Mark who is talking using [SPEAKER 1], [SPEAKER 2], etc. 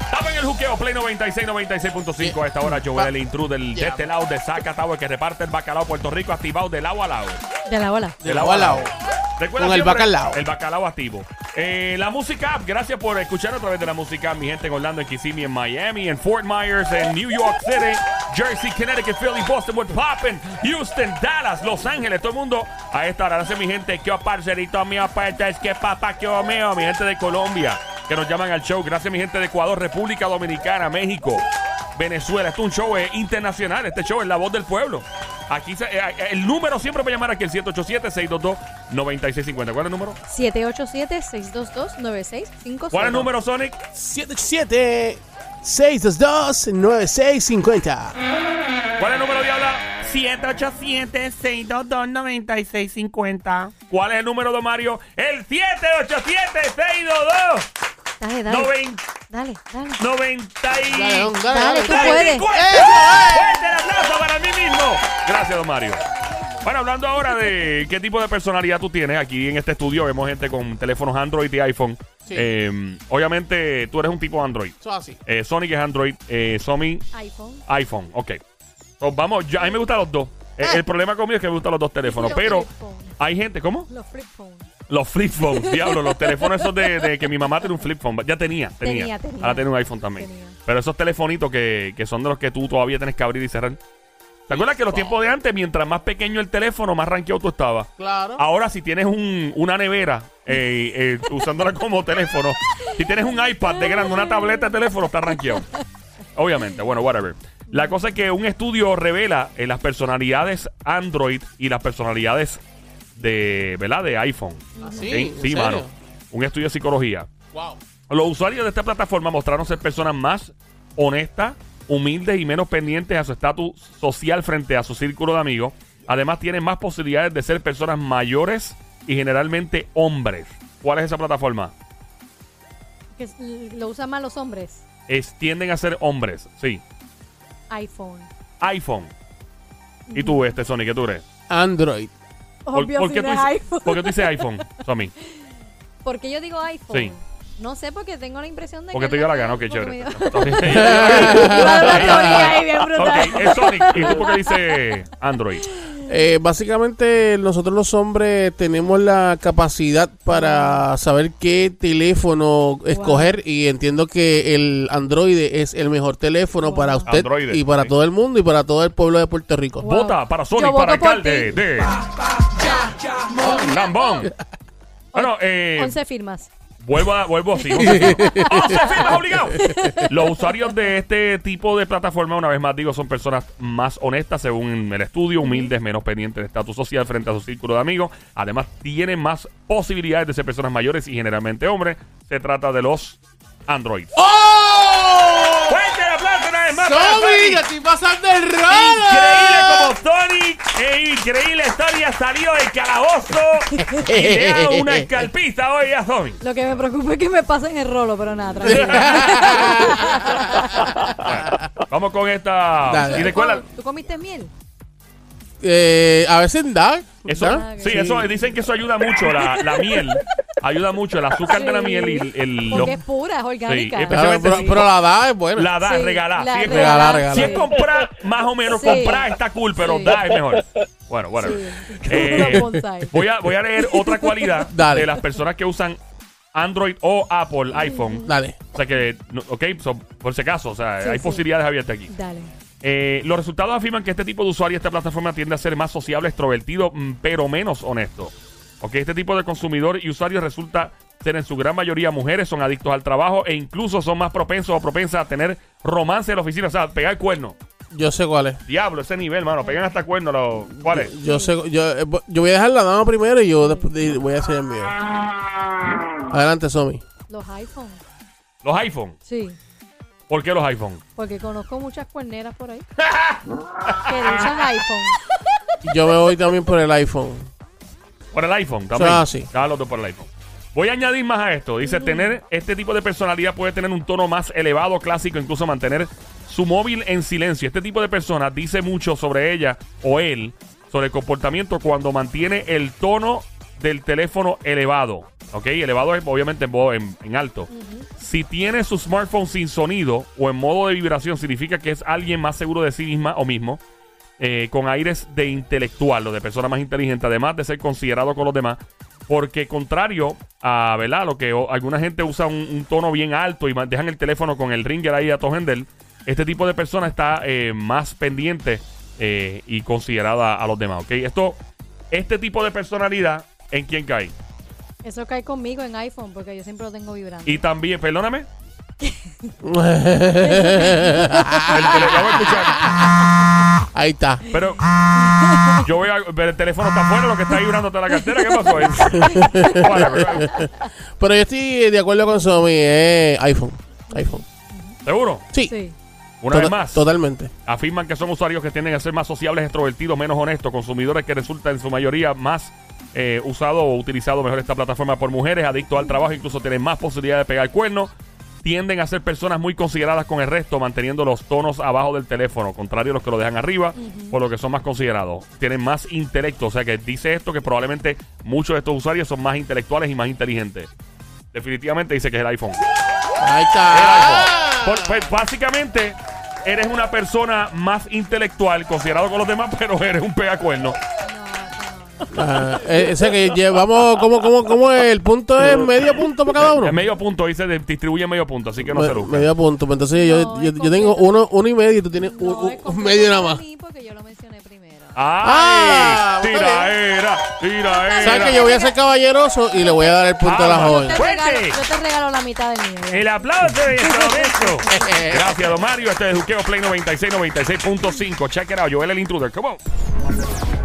[SPEAKER 1] Estamos en el juqueo Play 96, 96.5 a esta hora. Joel, el intruder del de este lado de Zacatau, el que reparte el bacalao Puerto Rico activado de lado a lado.
[SPEAKER 2] De la bola.
[SPEAKER 1] De
[SPEAKER 3] lado a lado.
[SPEAKER 1] Recuerda
[SPEAKER 3] Con el
[SPEAKER 1] siempre
[SPEAKER 3] bacalao.
[SPEAKER 1] El bacalao activo. Eh, la música, app, gracias por escuchar a través de la música, app, mi gente en Orlando, en Kissimmee, en Miami, en Fort Myers, en New York City, Jersey, Connecticut, Philly, Boston, West Poppin, Houston, Dallas, Los Ángeles, todo el mundo. A esta hora, gracias mi gente, que parcerito mío, es que papá, que mío, mi gente de Colombia, que nos llaman al show. Gracias mi gente de Ecuador, República Dominicana, México, Venezuela. Este es un show eh, internacional, este show es la voz del pueblo. Aquí se- eh, eh, el número siempre para llamar aquí el 787-622-9650. ¿Cuál es el número?
[SPEAKER 2] 787-622-9650.
[SPEAKER 1] ¿Cuál es el número, Sonic?
[SPEAKER 3] 787 622 9650
[SPEAKER 1] ¿Cuál es el número, Diabla?
[SPEAKER 4] 787-622-9650.
[SPEAKER 1] ¿Cuál es el número de Mario? El 787-622-9650.
[SPEAKER 2] Dale, dale. Dale, dale.
[SPEAKER 3] Dale, don, dale, Eh,
[SPEAKER 2] Dale,
[SPEAKER 3] dale,
[SPEAKER 2] tú
[SPEAKER 3] dale.
[SPEAKER 2] puedes.
[SPEAKER 1] ¡Fuerte el aplauso para mí mismo! Gracias, don Mario. Bueno, hablando ahora de qué tipo de personalidad tú tienes aquí en este estudio, vemos gente con teléfonos Android y iPhone.
[SPEAKER 3] Sí.
[SPEAKER 1] Eh, obviamente, tú eres un tipo Android.
[SPEAKER 3] Eso es así.
[SPEAKER 1] Eh, Sonic es Android, eh, Somi
[SPEAKER 2] iPhone.
[SPEAKER 1] iPhone, ok. Pues vamos, yo- a mí me gustan los dos. Eh, El, problema conmigo es que me gustan los dos teléfonos,
[SPEAKER 2] Ah. Los
[SPEAKER 1] pero
[SPEAKER 2] flip phones.
[SPEAKER 1] hay gente, ¿cómo?
[SPEAKER 2] Los flip phones.
[SPEAKER 1] Los flip phones, diablo, los teléfonos esos de, de que mi mamá tenía un flip phone. Ya tenía, tenía.
[SPEAKER 2] Tenía, tenía.
[SPEAKER 1] Ahora tiene un iPhone también.
[SPEAKER 2] Tenía.
[SPEAKER 1] Pero esos telefonitos que, que son de los que tú todavía tienes que abrir y cerrar. ¿Te acuerdas que los tiempos de antes, mientras más pequeño el teléfono, más ranqueado tú estabas?
[SPEAKER 3] Claro.
[SPEAKER 1] Ahora, si tienes un- una nevera, eh, eh, usándola como teléfono, si tienes un iPad de grande, una tableta de teléfono, está rankeado. Obviamente, bueno, whatever. La cosa es que un estudio revela eh, las personalidades Android y las personalidades de, ¿verdad? de iPhone.
[SPEAKER 3] ¿Ah, sí?
[SPEAKER 1] Ok,
[SPEAKER 3] ¿En
[SPEAKER 1] sí,
[SPEAKER 3] serio?
[SPEAKER 1] mano. Un estudio de psicología.
[SPEAKER 3] Wow.
[SPEAKER 1] Los usuarios de esta plataforma mostraron ser personas más honestas, humildes y menos pendientes a su estatus social frente a su círculo de amigos. Además, tienen más posibilidades de ser personas mayores y generalmente hombres. ¿Cuál es esa plataforma?
[SPEAKER 2] Que es- lo usan más los hombres.
[SPEAKER 1] Es, tienden a ser hombres, sí.
[SPEAKER 2] iPhone.
[SPEAKER 1] iPhone. ¿Y tú, este, Sony, qué tú eres?
[SPEAKER 3] Android.
[SPEAKER 2] Obvio, si no
[SPEAKER 1] tú
[SPEAKER 2] es
[SPEAKER 1] dices,
[SPEAKER 2] iPhone.
[SPEAKER 1] por qué tú dices iPhone, Sony?
[SPEAKER 2] Porque yo digo iPhone.
[SPEAKER 1] Sí.
[SPEAKER 2] No sé, porque tengo la impresión de
[SPEAKER 1] Porque
[SPEAKER 2] que...
[SPEAKER 1] te dio la gana, ok,
[SPEAKER 2] porque
[SPEAKER 1] chévere.
[SPEAKER 2] me dio- Una teoría ahí
[SPEAKER 1] Ok,
[SPEAKER 2] bien brutal.
[SPEAKER 1] es Sonic. ¿Y tú por qué dices Android?
[SPEAKER 3] Eh, básicamente nosotros los hombres tenemos la capacidad para saber qué teléfono escoger y entiendo que el Android es el mejor teléfono
[SPEAKER 2] Wow.
[SPEAKER 3] para usted
[SPEAKER 1] Android,
[SPEAKER 3] y para
[SPEAKER 1] sí.
[SPEAKER 3] todo el mundo y para todo el pueblo de Puerto Rico.
[SPEAKER 2] Wow.
[SPEAKER 1] Vota para Sonic,
[SPEAKER 2] Yo voto
[SPEAKER 1] para
[SPEAKER 2] por
[SPEAKER 1] alcalde
[SPEAKER 2] ti.
[SPEAKER 1] de. Lambón. Bueno, eh,
[SPEAKER 2] 11 firmas.
[SPEAKER 1] vuelvo, a, vuelvo así. 11 firmas obligado. Los usuarios de este tipo de plataforma, una vez más digo, son personas más honestas según el estudio, humildes, menos pendientes de estatus social frente a su círculo de amigos. Además, tienen más posibilidades de ser personas mayores y generalmente hombres. Se trata de los androids.
[SPEAKER 3] ¡Oh!
[SPEAKER 1] ¡Fuerte el aplauso una vez más para
[SPEAKER 3] ¡Sobi!
[SPEAKER 1] Sonic!
[SPEAKER 3] ¡Estoy pasando el rollo!
[SPEAKER 1] Increíble
[SPEAKER 3] ¡Ah!
[SPEAKER 1] como Sonic, e increíble historia salió del calabozo y le da una escalpista hoy a Sonic.
[SPEAKER 2] Lo que me preocupa es que me pasen el rolo, pero nada, tranquilo.
[SPEAKER 1] Bueno, vamos con esta.
[SPEAKER 3] Dale.
[SPEAKER 1] Y recuerda,
[SPEAKER 2] ¿Tú comiste miel?
[SPEAKER 3] Eh, a veces da.
[SPEAKER 1] eso,
[SPEAKER 3] ¿da?
[SPEAKER 1] sí, eso dicen que eso ayuda mucho, la, la miel. Ayuda mucho el azúcar de la
[SPEAKER 2] Sí.
[SPEAKER 1] miel y el- el.
[SPEAKER 2] Porque es
[SPEAKER 1] los-
[SPEAKER 2] pura, es orgánica.
[SPEAKER 1] es-
[SPEAKER 3] Claro, pero, pero la da es buena.
[SPEAKER 1] la da,
[SPEAKER 2] Sí,
[SPEAKER 1] regalada.
[SPEAKER 2] la
[SPEAKER 1] Si es,
[SPEAKER 3] regala.
[SPEAKER 2] regalá,
[SPEAKER 3] regalá.
[SPEAKER 1] si es
[SPEAKER 2] sí.
[SPEAKER 1] comprar, más o menos
[SPEAKER 2] Sí.
[SPEAKER 1] comprar está cool, pero
[SPEAKER 2] Sí.
[SPEAKER 1] da es mejor. Bueno, bueno.
[SPEAKER 2] Sí.
[SPEAKER 1] Eh,
[SPEAKER 2] Los bonsai.
[SPEAKER 1] voy, a, voy a leer otra cualidad
[SPEAKER 3] Dale.
[SPEAKER 1] de las personas que usan Android o Apple, iPhone.
[SPEAKER 3] Dale.
[SPEAKER 1] O sea que, no- ok, so, por si acaso, o sea,
[SPEAKER 2] Sí,
[SPEAKER 1] hay
[SPEAKER 2] sí.
[SPEAKER 1] posibilidades abiertas aquí.
[SPEAKER 2] Dale.
[SPEAKER 1] Eh, los resultados afirman que este tipo de usuario, esta plataforma tiende a ser más sociable, extrovertido, mm, pero menos honesto. Ok, este tipo de consumidor y usuario resulta ser en su gran mayoría mujeres, son adictos al trabajo e incluso son más propensos o propensas a tener romance en la oficina, o sea, pegar el cuerno.
[SPEAKER 3] Yo sé cuál es.
[SPEAKER 1] Diablo, ese nivel, mano, pegan hasta cuerno los... ¿Cuál es?
[SPEAKER 3] Yo sé, yo, eh, bo- yo voy a dejar la dama primero y yo después de- voy a hacer el mío. Adelante, Somi.
[SPEAKER 2] Los iPhone.
[SPEAKER 1] Los iPhone.
[SPEAKER 2] Sí.
[SPEAKER 1] ¿Por qué los iPhone?
[SPEAKER 2] Porque conozco muchas cuerneras por ahí. que usan iPhone.
[SPEAKER 3] Yo me voy también por el iPhone.
[SPEAKER 1] Por el iPhone también.
[SPEAKER 3] Ah, sí.
[SPEAKER 1] Cada los dos por el iPhone. Voy a añadir más a esto. Dice, tener este tipo de personalidad puede tener un tono más elevado, clásico, incluso mantener su móvil en silencio. Este tipo de personas dice mucho sobre ella o él, sobre el comportamiento cuando mantiene el tono del teléfono elevado. ¿Ok? Elevado es obviamente en, modo- en- en alto. Si tiene su smartphone sin sonido o en modo de vibración, significa que es alguien más seguro de sí misma o mismo. eh, con aires de intelectual o de persona más inteligente, además de ser considerado con los demás. Porque contrario a, ¿verdad? Lo que o- alguna gente usa un, un tono bien alto y ma- dejan el teléfono con el ringer ahí a Hendel, este tipo de persona está eh, más pendiente eh, y considerada a los demás, ¿ok? Esto, este tipo de personalidad, ¿en quién cae?
[SPEAKER 2] Eso cae conmigo en iPhone porque yo siempre lo tengo vibrando.
[SPEAKER 1] Y también, perdóname, el
[SPEAKER 3] Ahí
[SPEAKER 1] tele- acabo de escuchar,
[SPEAKER 3] está.
[SPEAKER 1] pero yo veo, algo- pero el teléfono está afuera, lo que está vibrando está la cartera, ¿qué pasó ahí? Whatever.
[SPEAKER 3] Pero yo estoy de acuerdo con Somi, eh, iPhone. iPhone.
[SPEAKER 1] ¿Seguro?
[SPEAKER 3] Sí,
[SPEAKER 2] Sí.
[SPEAKER 1] Una
[SPEAKER 3] tota-
[SPEAKER 1] vez más.
[SPEAKER 3] totalmente.
[SPEAKER 1] Afirman que son usuarios que tienden a ser más sociables, extrovertidos, menos honestos, consumidores que resulta en su mayoría más eh, usado o utilizado mejor esta plataforma por mujeres, adictos al trabajo, incluso tienen más posibilidad de pegar cuernos. Tienden a ser personas muy consideradas con el resto, manteniendo los tonos abajo del teléfono, contrario a los que lo dejan arriba, por lo que son más considerados. Tienen más intelecto, o sea que dice esto que probablemente muchos de estos usuarios son más intelectuales y más inteligentes. Definitivamente dice que es el iPhone.
[SPEAKER 3] Ahí
[SPEAKER 1] El
[SPEAKER 3] está.
[SPEAKER 1] iPhone. Por- pues, básicamente, eres una persona más intelectual, considerado con los demás, pero eres un pegacuerno.
[SPEAKER 3] Ah, eh, o sea que llevamos, ¿cómo, cómo, cómo es? el punto es medio punto para cada uno?
[SPEAKER 1] En medio punto, dice, de- distribuye medio punto, así que no
[SPEAKER 3] Me-
[SPEAKER 1] se luzca.
[SPEAKER 3] medio punto. Entonces yo,
[SPEAKER 2] No,
[SPEAKER 3] yo,
[SPEAKER 2] es
[SPEAKER 3] yo tengo
[SPEAKER 2] completo.
[SPEAKER 3] uno, uno y medio y tú tienes un,
[SPEAKER 2] No,
[SPEAKER 3] un-
[SPEAKER 2] es
[SPEAKER 3] un
[SPEAKER 2] completo
[SPEAKER 3] medio nada
[SPEAKER 2] para
[SPEAKER 3] más.
[SPEAKER 2] mí, porque yo lo mencioné primero.
[SPEAKER 3] Ah,
[SPEAKER 1] ¡Ay!
[SPEAKER 3] muy
[SPEAKER 1] tiraera, tiraera.
[SPEAKER 3] ¿Sabes que yo voy a ser caballeroso y le voy a dar el punto a la
[SPEAKER 1] Ah,
[SPEAKER 3] joven?
[SPEAKER 2] Yo te,
[SPEAKER 1] ¡Fuerte!
[SPEAKER 2] regalo, yo te regalo la mitad del mío.
[SPEAKER 1] El aplauso de este momento. Gracias, don Mario. Este es Duqueo Play 96, 96.5. Check it out. Joel el intruder. Come on.